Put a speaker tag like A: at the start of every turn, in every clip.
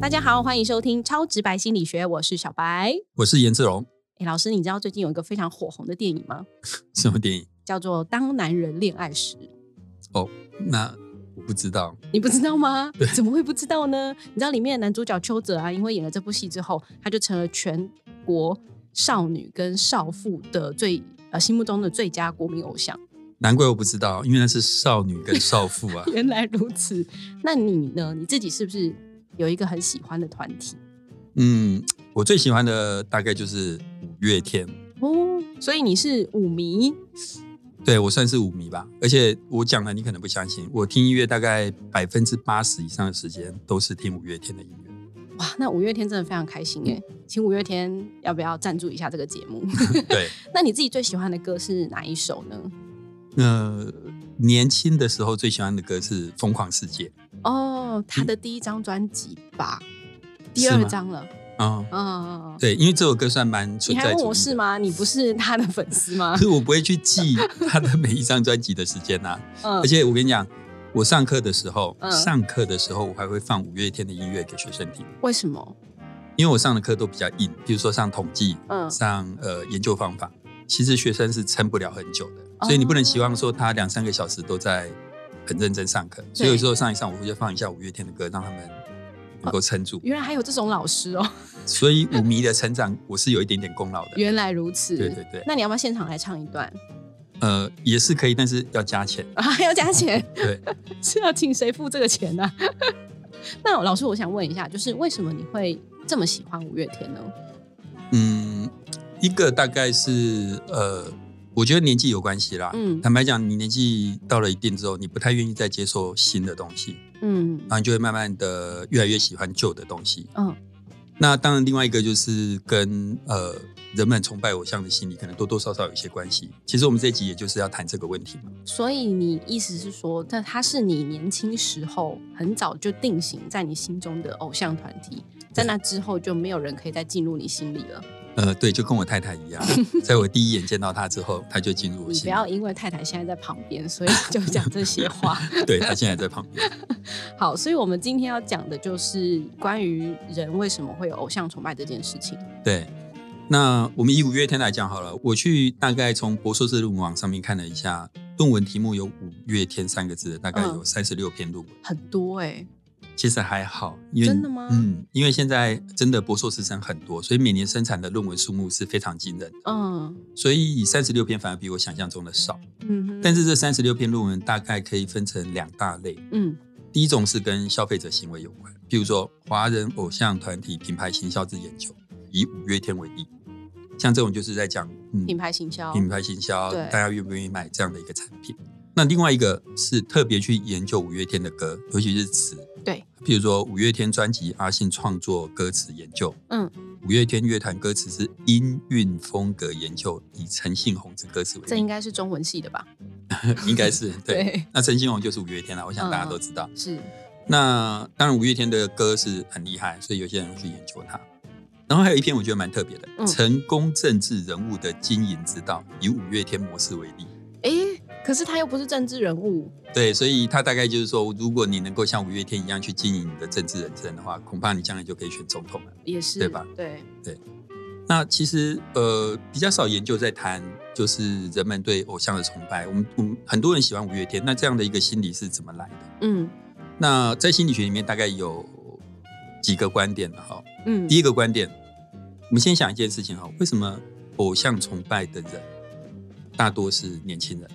A: 大家好，欢迎收听《超直白心理学》，我是小白。
B: 我是颜志龙。
A: 哎，老师，你知道最近有一个非常火红的电影吗？
B: 什
A: 嗯
B: 么电影？
A: 叫做《当男人恋爱时》，
B: 那我不知道。
A: 你不知道吗
B: 对？
A: 怎么会不知道呢？你知道里面的男主角邱泽啊，因为演了这部戏之后，他就成了全国少女跟少妇的最呃心目中的最佳国民偶像。。
B: 难怪我不知道，因为那是少女跟少妇啊
A: 原来如此，那你呢？你自己是不是有一个很喜欢的团体
B: 嗯，我最喜欢的大概就是五月天，
A: 哦？所以你是舞迷
B: 对我算是舞迷吧。而且我讲了，你可能不相信，我听音乐大概百分之八十以上的时间都是听五月天的音乐。
A: 哇？那五月天真的非常开心耶！请五月天要不要赞助一下这个节 目？
B: 对，
A: 那你自己最喜欢的歌是哪一首呢？
B: 那年轻的时候最喜欢的歌是《疯狂世界》
A: 哦，他的第一张专辑吧，第
B: 是
A: 二
B: 吗
A: 张了，
B: 啊、嗯，
A: 嗯。
B: 对，因为这首歌算蛮
A: 你
B: 存
A: 还
B: 在
A: 问
B: 主义
A: 我是
B: 的。
A: 吗？你不是他的粉丝吗
B: 可？是我不会去记他的每一张专辑的时间呐、啊，
A: 嗯
B: 而，且我跟你讲，我上课的时候，
A: 嗯
B: 上课的时候我还会放五月天的音乐给学生听，
A: 为什么？
B: 因为我上的课都比较硬，比如说上统计、
A: 嗯，
B: 上呃研究方法，其实学生是撑不了很久
A: 哦
B: 的，所以你不能期望说他两三个小时都在很认真上课，所以有时候上一上我会放一下五月天的歌，让他们能够撑住。
A: 原来还哦有这种老师哦，
B: 所以舞迷的成长，我是有一点点功劳的，
A: 原来如此。
B: 对对对
A: 那你要不要现场来唱一段？
B: 呃，也是可以，但是要加钱。
A: 啊，还要加钱？
B: 对，
A: 是要请谁付这个钱呢、啊 那老师，我想问一下，就是为什么你会这么喜欢五月天呢？
B: 嗯，一个大概是呃，我觉得年纪有关系啦。
A: 嗯
B: 坦白讲，你年纪到了一定之后，你不太愿意再接受新的东西，
A: 嗯
B: 然后你就会慢慢的越来越喜欢旧的东西。
A: 嗯
B: 那当然，另外一个就是跟呃人们崇拜偶像的心理可能多多少少有一些关系。其实我们这一集也就是要谈这个问题嘛。
A: 所以你意思是说，但他是你年轻时候很早就定型在你心中的偶像团体，在那之后就没有人可以再进入你心里了。
B: 呃，对，就跟我太太 一样，在我第一眼见到她之后，她就进入我
A: 你不
B: 心
A: 要
B: 里。
A: 因为太太现在在旁边，所以就讲这 些话。
B: 对，她现在在旁边。
A: 好，所以我们今天要讲的就是关于人为什么会有偶像崇拜这件事情。
B: 对，那我们以五月天来讲好了，我去大概从博硕士论文网上面看了一下，论文题目有五月天三个字的，大概
A: 嗯
B: 有三十六篇论文，
A: 很多哎、
B: 其实还好，因为
A: 真的吗
B: 嗯，因为现在真的博硕士生很多，所以每年生产的论文数目是非常惊人的，
A: 嗯
B: 所以三十六篇反而比我想象中的少。
A: 嗯哼，
B: 但是这三十六篇论文大概可以分成两大类，
A: 嗯
B: 第一种是跟消费者行为有关，比如说华人偶像团体品牌行销之研究，以五月天为例，像这种就是在讲嗯
A: 品牌行销，
B: 品牌行销，
A: 对
B: 大家愿不愿意买这样的一个产品。那另外一个是特别去研究五月天的歌，尤其是词，
A: 对，
B: 比如说五月天专辑《阿信创作歌词研究》，
A: 嗯，
B: 五月天乐坛歌词是音韵风格研究，以陈信宏之歌词为例，
A: 这应该是中文系的吧？
B: 应 该是对。那陈信宏就是五月天啦，啊我想大家
A: 嗯
B: 都知道。
A: 是，
B: 那当然，五月天的歌是很厉害，所以有些人会去研究它。然后还有一篇我觉得蛮特别的，
A: 嗯
B: 成功政治人物的经营之道》，以五月天模式为例。
A: 诶，可是他又不是政治人物，
B: 对，所以他大概就是说，如果你能够像五月天一样去经营你的政治人生的话，恐怕你将来就可以选总统了。
A: 也是
B: 对吧？
A: 对，
B: 那其实呃，比较少研究在谈就是人们对偶像的崇拜。我们我们很多人喜欢五月天，那这样的一个心理是怎么来的？
A: 嗯
B: 那在心理学里面大概有几个观点了哈。
A: 嗯
B: 第一个观点，我们先想一件事情哈，为什么偶像崇拜的人大多是年轻人？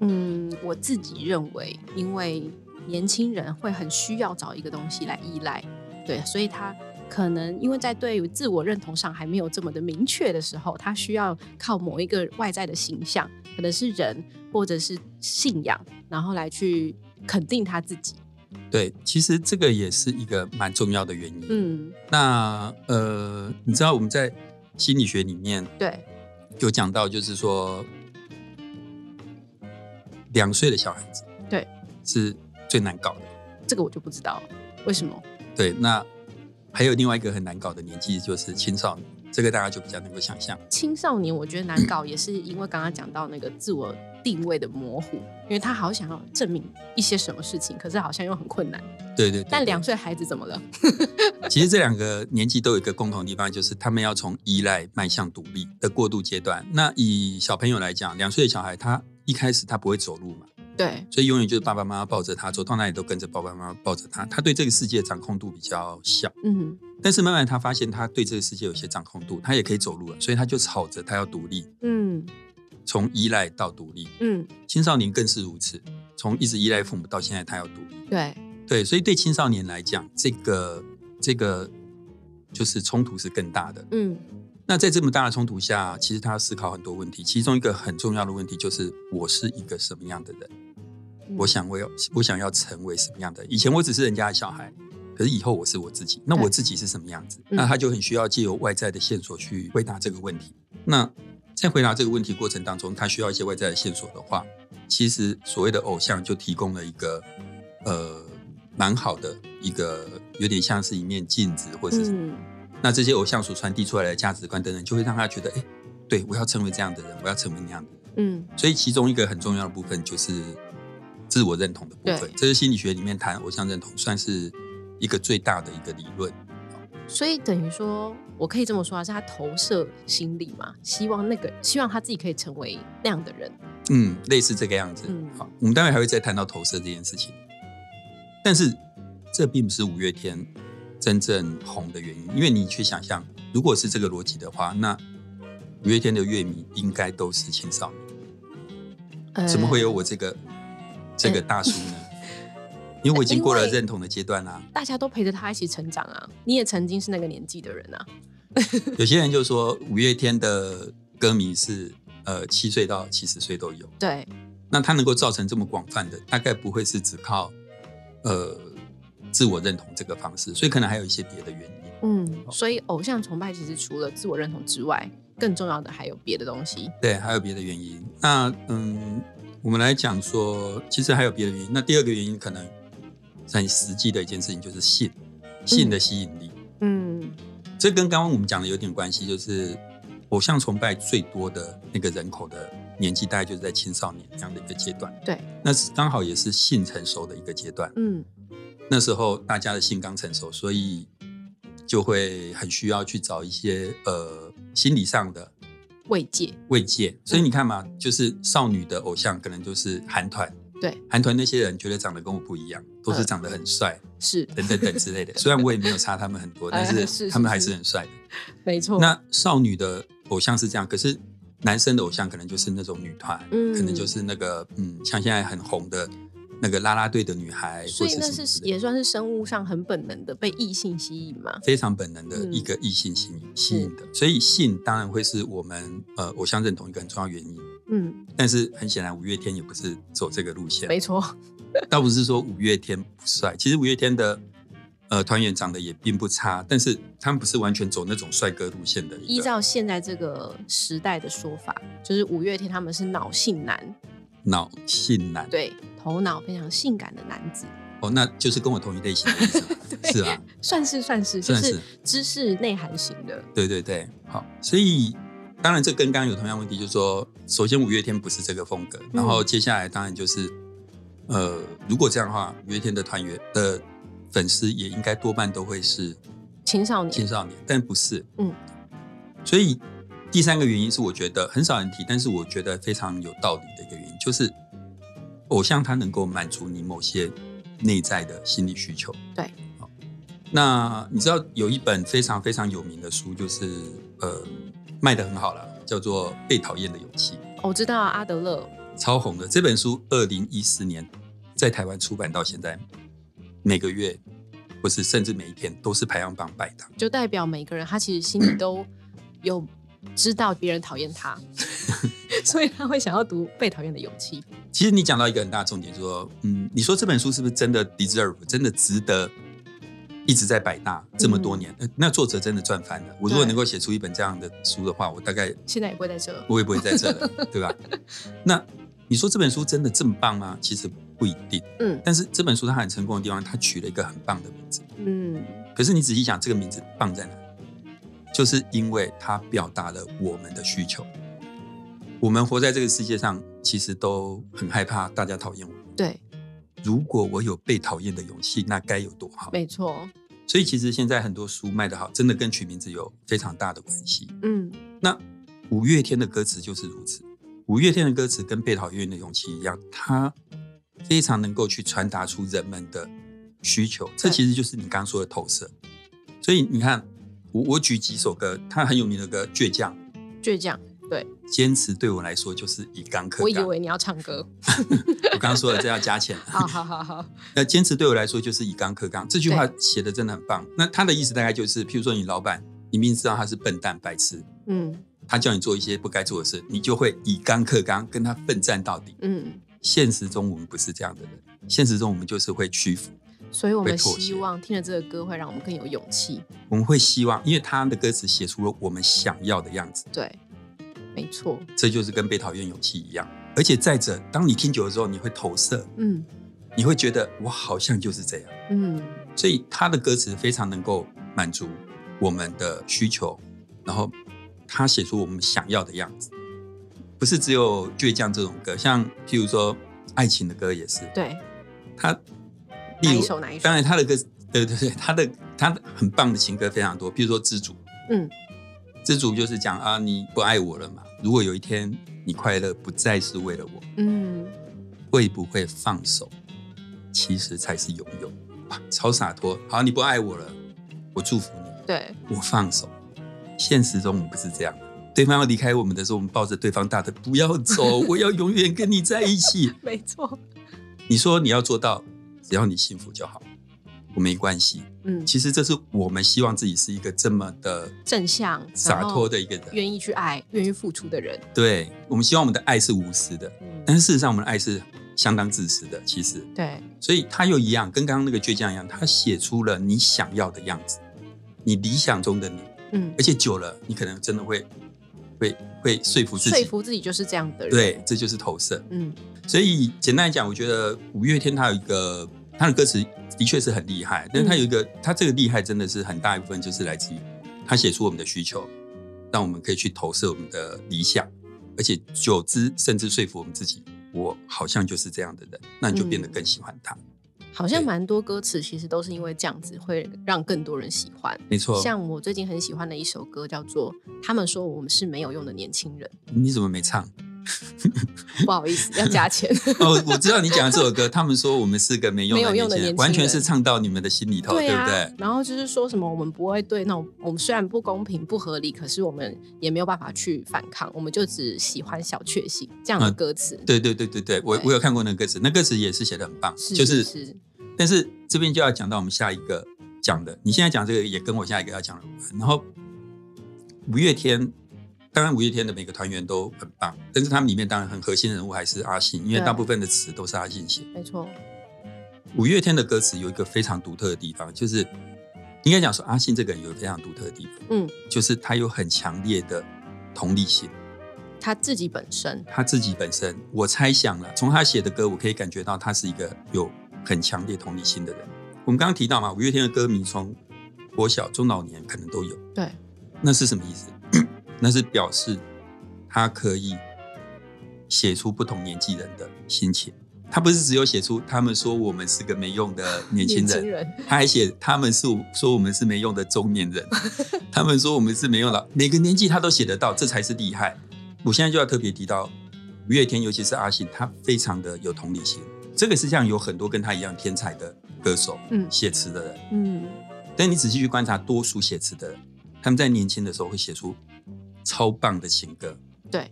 A: 嗯，我自己认为，因为年轻人会很需要找一个东西来依赖，对，所以他。可能因为在对于自我认同上还没有这么的明确的时候，他需要靠某一个外在的形象，可能是人或者是信仰，然后来去肯定他自己。
B: 对，其实这个也是一个蛮重要的原因。
A: 嗯，
B: 那呃，你知道我们在心理学里面
A: 对，
B: 有讲到，就是说两岁的小孩子
A: 对
B: 是最难搞的。
A: 这个我就不知道了为什么。
B: 对，那还有另外一个很难搞的年纪就是青少年，这个大家就比较能够想象。
A: 青少年我觉得难搞，也是因为刚刚讲到那个自我定位的模糊，因为他好想要证明一些什么事情，可是好像又很困难。
B: 对对对。
A: 但
B: 对
A: 两岁孩子怎么了？
B: 其实这两个年纪都有一个共同的地方，就是他们要从依赖迈向独立的过渡阶段。那以小朋友来讲，两岁的小孩他一开始他不会走路嘛，
A: 对，
B: 所以永远就是爸爸妈妈抱着他，走到哪里都跟着爸爸妈妈抱着他。他对这个世界掌控度比较小，
A: 嗯
B: 但是慢慢他发现他对这个世界有些掌控度，他也可以走路了，所以他就吵着他要独立，
A: 嗯
B: 从依赖到独立。
A: 嗯，
B: 青少年更是如此，从一直依赖父母到现在他要独立。
A: 对，
B: 对，所以对青少年来讲，这个这个就是冲突是更大的。
A: 嗯
B: 那在这么大的冲突下，其实他思考很多问题，其中一个很重要的问题就是我是一个什么样的人，
A: 嗯
B: 我想我要我想要成为什么样的人。以前我只是人家的小孩，可是以后我是我自己，那
A: 对
B: 我自己是什么样子？
A: 嗯
B: 那他就很需要借由外在的线索去回答这个问题。那在回答这个问题过程当中，他需要一些外在的线索的话，其实所谓的偶像就提供了一个呃蛮好的一个，有点像是一面镜子或者是
A: 嗯
B: 那这些偶像所传递出来的价值观等等，就会让他觉得，哎、对我要成为这样的人，我要成为那样的人。
A: 嗯
B: 所以其中一个很重要的部分就是自我认同的部
A: 对
B: 分，这是心理学里面谈偶像认同，算是一个最大的一个理论。
A: 所以等于说，我可以这么说啊，是他投射心理嘛，希望那个希望他自己可以成为那样的人。
B: 嗯，类似这个样子。
A: 嗯
B: 好，我们待会还会再谈到投射这件事情。但是这并不是五月天真正红的原因，因为你去想象，如果是这个逻辑的话，那五月天的乐迷应该都是青少年。
A: 呃
B: 怎么会有我这个这个大叔呢？因为我已经过了认同的阶段啦、啊
A: 大家都陪着他一起成长啊？你也曾经是那个年纪的人啊。
B: 有些人就说五月天的歌迷是呃七岁到七十岁都有，
A: 对，
B: 那他能够造成这么广泛的，大概不会是只靠呃自我认同这个方式，所以可能还有一些别的原因。
A: 嗯，所以偶像崇拜其实除了自我认同之外，更重要的还有别的东西。
B: 对，还有别的原因。那嗯，我们来讲说，其实还有别的原因。那第二个原因可能很实际的一件事情就是性，性的吸引力。
A: 嗯
B: 这跟刚刚我们讲的有点关系，就是偶像崇拜最多的那个人口的年纪，大概就是在青少年这样的一个阶段。
A: 对，
B: 那是刚好也是性成熟的一个阶段。
A: 嗯
B: 那时候大家的性刚成熟，所以就会很需要去找一些呃心理上的
A: 慰藉。
B: 慰藉。所以
A: 嗯
B: 你看嘛，就是少女的偶像可能就是韩团，
A: 对，
B: 韩团那些人觉得长得跟我不一样，都是
A: 嗯
B: 长得很帅
A: 是
B: 等等等之类的。虽然我也没有差他们很 多，但
A: 哎是
B: 是
A: 是
B: 他们还
A: 是
B: 是很帅的。
A: 没错。
B: 那少女的偶像是这样，可是男生的偶像可能就是那种女团，
A: 嗯
B: 可能就是那个嗯，像现在很红的那个啦啦队的女孩，
A: 所以
B: 哎或
A: 那
B: 者什么
A: 是
B: 之类的
A: 也算是生物上很本能的被异性吸引嘛？
B: 非常本能的
A: 嗯
B: 一个异性吸引吸引的，所以性当然会是我们呃偶像认同一个很重要原因。
A: 嗯，
B: 但是很显然，五月天也不是走这个路线，
A: 没错。
B: 倒不是说五月天不帅，其实五月天的呃团员长得也并不差，但是他们不是完全走那种帅哥路线的一个。
A: 依照现在这个时代的说法，就是五月天他们是脑性男，
B: 脑性男
A: 对，头脑非常性感的男子，，
B: 哦，那就是跟我同一类型的意思嘛
A: 对
B: 是吧？
A: 算是算是就
B: 算
A: 是
B: 是
A: 知识内涵型的。
B: 对对对，好，所以当然这跟刚刚有同样问题，就是说，首先五月天不是这个风格，然后接下来当然就是，呃，如果这样的话，五月天的团员的粉丝也应该多半都会是
A: 青少
B: 青
A: 年，
B: 少年，但不是，
A: 嗯，
B: 所以第三个原因是我觉得很少人提，但是我觉得非常有道理的一个原因，就是偶像他能够满足你某些内在的心理需求。
A: 对
B: 好，那你知道有一本非常非常有名的书，就是呃卖的很好了，叫做《被讨厌的勇气
A: 我知道啊阿德勒，》，
B: 超红的这本书，二零一四年在台湾出版到现在，每个月或是甚至每一天都是排行榜百大。
A: 就代表每个人他其实心里 都有知道别人讨厌 他，所以他会想要读《被讨厌的勇气》。
B: 其实你讲到一个很大的重点，就是说，嗯，你说这本书是不是真的 deserve，真的值得一直在百大这么多年？呃那作者真的赚翻了。我如果
A: 对
B: 能够写出一本这样的书的话，我大概
A: 现在也不会在这，
B: 我也不会在这了，对吧？那你说这本书真的这么棒吗？其实不一定。
A: 嗯
B: 但是这本书它很成功的地方，它取了一个很棒的名字，
A: 嗯，
B: 可是你仔细想，这个名字放在哪里？就是因为它表达了我们的需求。我们活在这个世界上，其实都很害怕大家讨厌我。
A: 对，
B: 如果我有被讨厌的勇气，那该有多好！
A: 没错，
B: 所以其实现在很多书卖得好，真的跟取名字有非常大的关系。
A: 嗯，
B: 那五月天的歌词就是如此。五月天的歌词跟被讨厌的勇气一样，它非常能够去传达出人们的需求。这其实就是你刚刚说的投射。所以你看，我我举几首歌，它很有名的歌《倔强
A: 倔强。》，
B: 坚持对我来说就是以刚克
A: 我以
B: 刚。
A: 为你 要唱 歌，
B: 我刚刚说了，这要加钱。
A: 好好好好，
B: 那坚持对我来说就是以刚克刚，这句话
A: 对
B: 写的真的很棒。那他的意思大概就是，譬如说你老板，你明知道他是笨蛋白痴，
A: 嗯
B: 他叫你做一些不该做的事，你就会以刚克刚，跟他奋战到底。
A: 嗯，
B: 现实中我们不是这样的人，现实中我们就是会屈服，
A: 所以我们
B: 被妥协
A: 希望听了这个歌会让我们更有勇气，
B: 我们会希望，因为他的歌词写出了我们想要的样子，
A: 对，没错，
B: 这就是跟被讨厌勇气一样。而且再者，当你听久了之后，你会投射，
A: 嗯
B: 你会觉得我好像就是这样。
A: 嗯，
B: 所以他的歌词非常能够满足我们的需求，然后他写出我们想要的样子。不是只有倔强这种歌，像譬如说爱情的歌也是，
A: 对，
B: 他
A: 哪
B: 例
A: 一
B: 如
A: 首哪一首
B: 当？然他的歌，对对对，他的他的很棒的情歌非常多，比如说《知足》，
A: 嗯，
B: 《知足》就是讲啊，你不爱我了嘛？如果有一天你快乐不再是为了我，
A: 嗯，
B: 会不会放手？其实才是拥有，哇，超洒脱！好，你不爱我了，我祝福你，
A: 对，
B: 我放手。现实中我们不是这样的，对方要离开我们的时候，我们抱着对方大腿，不要走，我要永远跟你在一起。
A: 没错，
B: 你说你要做到，只要你幸福就好，我没关系。
A: 嗯，
B: 其实这是我们希望自己是一个这么的
A: 正向
B: 洒脱，的
A: 然
B: 一个
A: 后
B: 人。
A: 愿意去爱、愿意付出的人，
B: 对，我们希望我们的爱是无私的，
A: 嗯，
B: 但是事实上我们的爱是相当自私的。其实，
A: 对，
B: 所以他又一样，跟刚刚那个倔强一样，他写出了你想要的样子，你理想中的你。
A: 嗯
B: 而，且久了，你可能真的会会会说服自
A: 说
B: 己。
A: 服自己就是这样的人，，
B: 对，这就是投射。
A: 嗯
B: 所以简单来讲，我觉得五月天他有一个他的歌词的确是很厉害，但是他有一
A: 嗯
B: 个、他这个厉害真的是很大一部分就是来自于他写出我们的需求，让我们可以去投射我们的理想，而且久之甚至说服我们自己，我好像就是这样的人，那你就
A: 嗯
B: 变得更喜欢他。
A: 好像
B: 对
A: 蛮多歌词其实都是因为这样子会让更多人喜欢。
B: 没错，
A: 像我最近很喜欢的一首歌叫做《他们说我们是没有用的年轻人
B: 你怎么没唱？》，
A: 不好意思，要加钱。
B: 哦，我知道你讲的这首歌，他们说我们是个没用的
A: 没有用
B: 年
A: 的
B: 轻人，
A: 年轻
B: 完全
A: 人
B: 是唱到你们的心里头，对,、
A: 啊，
B: 不对？
A: 然后就是说什么我们不会对那种我们虽然不公平不合理，可是我们也没有办法去反抗，我们就只喜欢小确幸这样的歌词。
B: 嗯对对对对对，我
A: 对
B: 我有看过那个歌词，那歌词也是写的很棒，
A: 是
B: 就是
A: 是
B: 但是这边就要讲到我们下一个讲的，你现在讲这个也跟我下一个要讲的有关。然后五月天，当然五月天的每个团员都很棒，但是他们里面当然很核心人物还是阿信，因为
A: 对
B: 大部分的词都是阿信写。
A: 没错，
B: 五月天的歌词有一个非常独特的地方，就是应该讲说阿信这个人有非常独特的地方，
A: 嗯，
B: 就是他有很强烈的同理心。
A: 他自己本身
B: 他自己本身，我猜想了，从他写的歌，我可以感觉到他是一个有很强烈同理心的人。我们刚刚提到嘛，五月天的歌迷从国小、中老年可能都有，
A: 对
B: 那是什么意思？ 那是表示他可以写出不同年纪人的心情。他不是只有写出他们说我们是个没用的年轻
A: 年
B: 人
A: 轻，人，
B: 他还写他们是说我们是没用的中年人，他们说我们是没用的，每个年纪他都写得到，这才是厉害。我现在就要特别提到五月天，尤其是阿信，他非常的有同理心。这个世界上有很多跟他一样天才的歌手、
A: 嗯
B: 写词的人，
A: 嗯，
B: 但你仔细去观察，多数写词的人，他们在年轻的时候会写出超棒的情歌，
A: 对，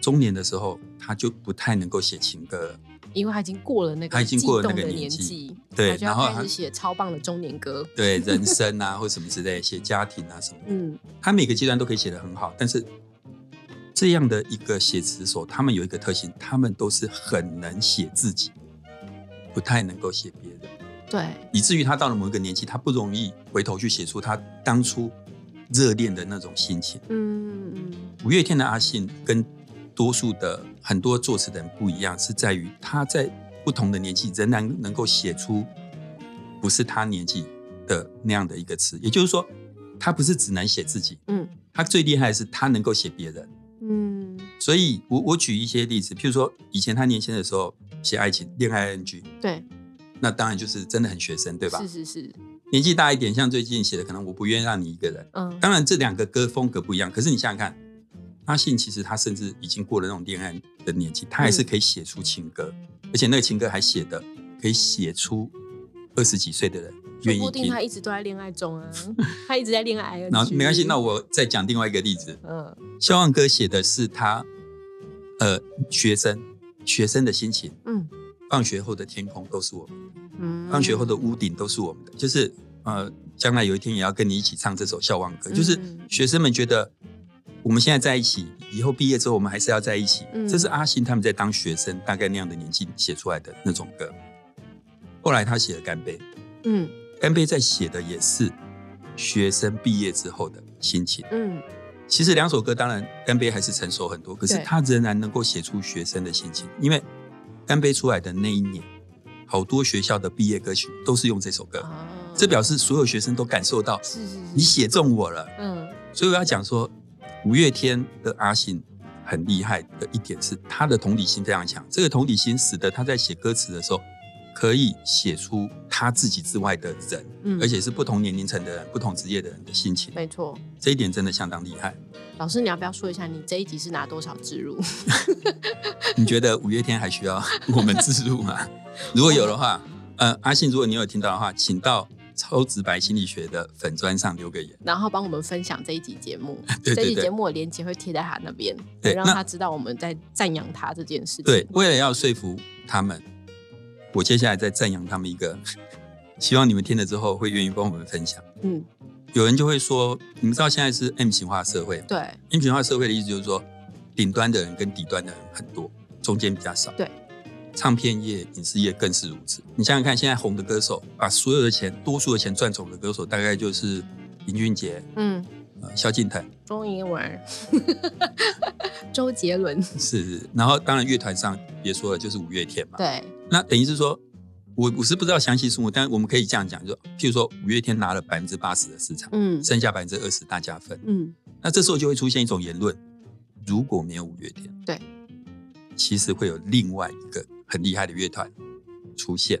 B: 中年的时候他就不太能够写情歌了。
A: 因为他已经过了那个
B: 他已经过了
A: 悸动
B: 那个
A: 的
B: 年
A: 年
B: 纪
A: 纪，
B: 对
A: 他就
B: 然后
A: 要开
B: 他
A: 始写超棒的中年歌。
B: 对人生啊，或什么之类，写家庭啊什么的，
A: 嗯，
B: 他每个阶段都可以写得很好，但是这样的一个写词手，他们有一个特性，他们都是很能写自己，不太能够写别人，
A: 对，
B: 以至于他到了某一个年纪，他不容易回头去写出他当初热恋的那种心情。
A: 嗯嗯
B: 五月天的阿信跟多数的很多作词的人不一样，是在于他在不同的年纪仍然能够写出不是他年纪的那样的一个词，也就是说，他不是只能写自己，
A: 嗯
B: 他最厉害的是他能够写别人。
A: 嗯
B: 所以我我举一些例子，譬如说以前他年轻的时候写爱情恋爱 NG，
A: 对，
B: 那当然就是真的很学生，对吧？
A: 是是是，
B: 年纪大一点，像最近写的可能我不愿意让你一个人，
A: 嗯
B: 当然这两个歌风格不一样，可是你想想看，阿信其实他甚至已经过了那种恋爱的年纪，他还
A: 嗯
B: 是可以写出情歌，而且那个情歌还写的可以写出二十几岁的人
A: 说
B: 愿意
A: 不定
B: 听
A: 他。一直都在恋爱中啊，他一直在恋爱 ING。
B: 然后没关系，那我再讲另外一个例子，
A: 嗯
B: 肖望哥写的是他呃学生学生的心情，
A: 嗯
B: 放学后的天空都是我们的，
A: 嗯，
B: 放学后的屋顶都是我们的，就是呃，将来有一天也要跟你一起唱这首《笑忘歌》，
A: 嗯
B: 就是学生们觉得我们现在在一起，以后毕业之后我们还是要在一起，
A: 嗯
B: 这是阿信他们在当学生大概那样的年纪写出来的那种歌。后来他写了《干杯》，
A: 嗯
B: 《干杯》在写的也是学生毕业之后的心情。
A: 嗯
B: 其实两首歌当然《干杯》还是成熟很多，可是
A: 对
B: 他仍然能够写出学生的心情，因为《干杯》出来的那一年，好多学校的毕业歌曲都是用这首歌，
A: 啊，
B: 这表示所有学生都感受到
A: 是是是，
B: 你写中我了。
A: 嗯
B: 所以我要讲说，五月天的阿信很厉害的一点是他的同理心非常强，这个同理心使得他在写歌词的时候。可以写出他自己之外的人，
A: 嗯，
B: 而且是不同年龄层的人、不同职业的人的心情，
A: 没错。
B: 这一点真的相当厉害。
A: 老师，你要不要说一下你这一集是拿多少植入？
B: 你觉得五月天还需要 我们自入吗？如果有的话，呃，阿信，如果你有听到的话，请到超直白心理学的粉砖上留个言。
A: 然后帮我们分享这一集节目，
B: 对
A: 这一
B: 对
A: 集节
B: 对，
A: 目的链接会贴在他那边，
B: 对
A: 让
B: 那
A: 他知道我们在赞扬他这件事情。
B: 对，为了要说服他们，我接下来再赞扬他们一个，希望你们听了之后会愿意帮我们分享。
A: 嗯，
B: 有人就会说，你们知道现在是 M 型化社会
A: 对，
B: ，M 型化社会的意思就是说，顶端的人跟底端的人很多，中间比较少。
A: 对。
B: 唱片业、影视业更是如此。你想想看，现在红的歌手把所有的钱，多数的钱赚走的歌手，大概就是林俊杰、
A: 嗯，
B: 呃、萧敬腾，
A: 钟怡文， 周杰伦，
B: 是。是然后当然乐团上别说了，就是五月天嘛。
A: 对，
B: 那等于是说，我我是不知道详细数目，但我们可以这样讲，就譬如说五月天拿了百分之八十的市场，
A: 嗯
B: 剩下百分之二十大家分。
A: 嗯，
B: 那这时候就会出现一种言论：如果没有五月天，
A: 对，
B: 其实会有另外一个很厉害的乐团出现，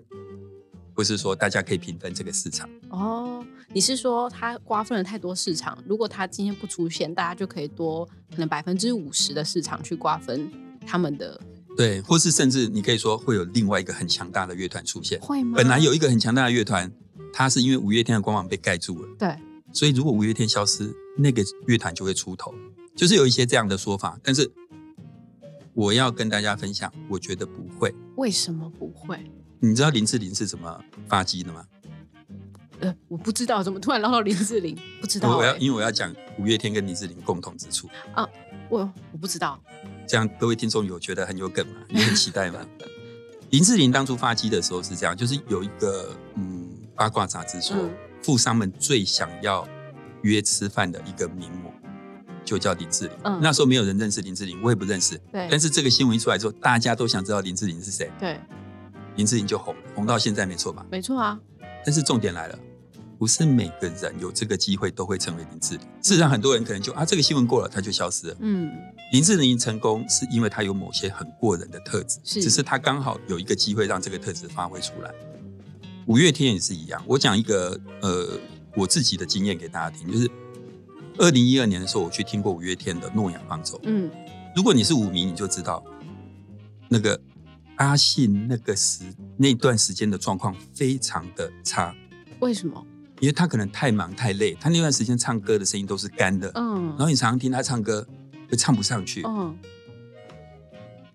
B: 不是说大家可以平分这个市场。
A: 哦，你是说他瓜分了太多市场？如果他今天不出现，大家就可以多可能百分之五十的市场去瓜分他们的，
B: 对，或是甚至你可以说会有另外一个很强大的乐团出现。
A: 会吗？
B: 本来有一个很强大的乐团，它是因为五月天的光芒被盖住了，
A: 对，
B: 所以如果五月天消失，那个乐团就会出头，就是有一些这样的说法。但是我要跟大家分享，我觉得不会。
A: 为什么不会？
B: 你知道林志玲是怎么发迹的吗？
A: 呃，我不知道怎么突然唠到林志玲，不知道、
B: 我
A: 欸，
B: 要因为我要讲五月天跟林志玲共同之处，
A: 我我不知道，
B: 这样各位听众有觉得很有梗吗？你很期待吗？林志玲当初发迹的时候是这样，就是有一个嗯八卦杂志说，
A: 嗯
B: 富商们最想要约吃饭的一个名模就叫林志玲。
A: 嗯
B: 那时候没有人认识林志玲，我也不认识。
A: 对，
B: 但是这个新闻一出来之后，大家都想知道林志玲是谁，
A: 对，
B: 林志玲就红了，红到现在没错吧？
A: 没错啊，
B: 但是重点来了，不是每个人有这个机会都会成为林志玲。事实上，很多人可能就啊，这个新闻过了，他就消失了。
A: 嗯，
B: 林志玲成功是因为她有某些很过人的特质，
A: 是
B: 只是她刚好有一个机会让这个特质发挥出来。五月天也是一样，我讲一个呃我自己的经验给大家听，就是二零一二年的时候，我去听过五月天的《诺亚方舟》。
A: 嗯，
B: 如果你是舞迷，你就知道那个阿信那个时那段时间的状况非常的差，
A: 为什么？
B: 因为他可能太忙太累，他那段时间唱歌的声音都是干的，
A: 嗯
B: 然后你常常听他唱歌会唱不上去。
A: 嗯，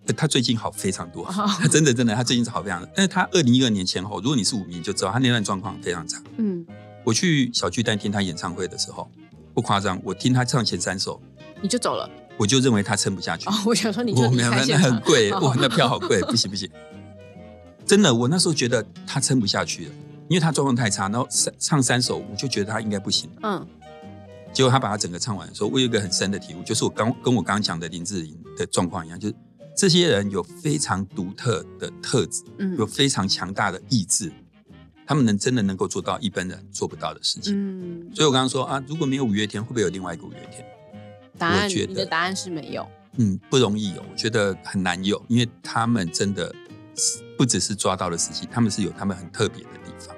B: 呃他最近好非常多，
A: 哦
B: 他真的真的，他最近是好非常多。但是他二零一二年前哦后，如果你是舞迷，你就知道他那段状况非常差。
A: 嗯，
B: 我去小巨蛋听他演唱会的时候，不夸张，我听他唱前三首，
A: 你就走了
B: 我就认为他撑不下去。
A: 哦，我想说你就
B: 我
A: 离
B: 没有，
A: 开
B: 那
A: 现
B: 那很
A: 场，
B: 贵，
A: 哦
B: 哇，那票 好贵，不行不行。真的，我那时候觉得他撑不下去了，因为他状况太差，然后三唱三首，我就觉得他应该不行。
A: 嗯
B: 结果他把它整个唱完的时候，我有一个很深的体悟，就是我刚跟我刚刚讲的林志玲的状况一样，就是这些人有非常独特的特质，有
A: 嗯
B: 非常强大的意志，他们能真的能够做到一般人做不到的事情。
A: 嗯，
B: 所以我刚刚说啊，如果没有五月天，会不会有另外一个五月天？
A: 答案
B: 觉
A: 你的
B: 得
A: 答案是没有。
B: 嗯，不容易有，我觉得很难有，因为他们真的是不只是抓到了时机，他们是有他们很特别的地方，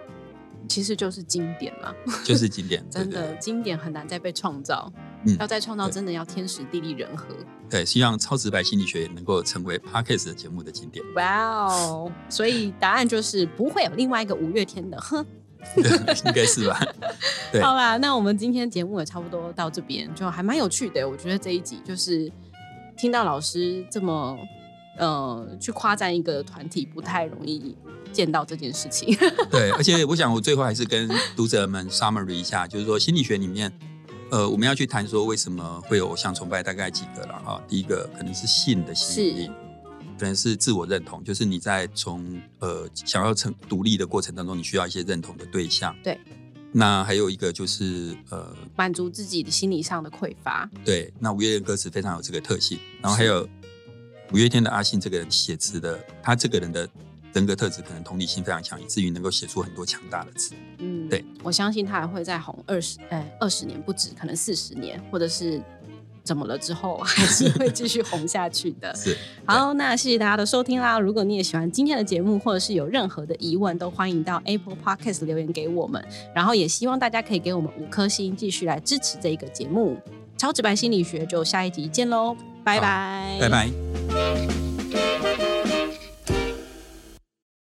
A: 其实就是经典了，
B: 就是经典，对
A: 真
B: 对
A: 的
B: 对
A: 经典很难再被创造，
B: 嗯
A: 要再创造
B: 对
A: 真的要天时地利人和。
B: 对，希望超直白心理学能够成为 podcast 的节目的经典。
A: 哇哦！ 所以答案就是不会有另外一个五月天的。哼，
B: 对应该是吧？对
A: 好啦，那我们今天节目也差不多到这边，就还蛮有趣的。我觉得这一集就是听到老师这么呃去夸赞一个团体，不太容易见到这件事情。
B: 对，而且我想我最后还是跟读者们 summary 一下，就是说心理学里面，呃，我们要去谈说为什么会有偶像崇拜，大概几个了哈。第一个可能是性的吸引力
A: 是，
B: 可能是自我认同，就是你在从呃想要成独立的过程当中，你需要一些认同的对象。
A: 对。
B: 那还有一个就是呃，
A: 满足自己的心理上的匮乏，
B: 对，那五月天歌词非常有这个特性，然后还
A: 是
B: 有五月天的阿信这个人写词的，他这个人的人格特质可能同理心非常强，以至于能够写出很多强大的词。
A: 嗯，
B: 对，
A: 我相信他还会再红二十，呃，二十年不止，可能四十年，或者是怎么了之后，还是会继续红下去的。
B: 是，
A: 好，那谢谢大家的收听啦！如果你也喜欢今天的节目，或者是有任何的疑问，都欢迎到 Apple Podcast 留言给我们。然后也希望大家可以给我们五颗星，继续来支持这一个节目。超直白心理学就下一集见喽，拜拜，
B: 拜拜。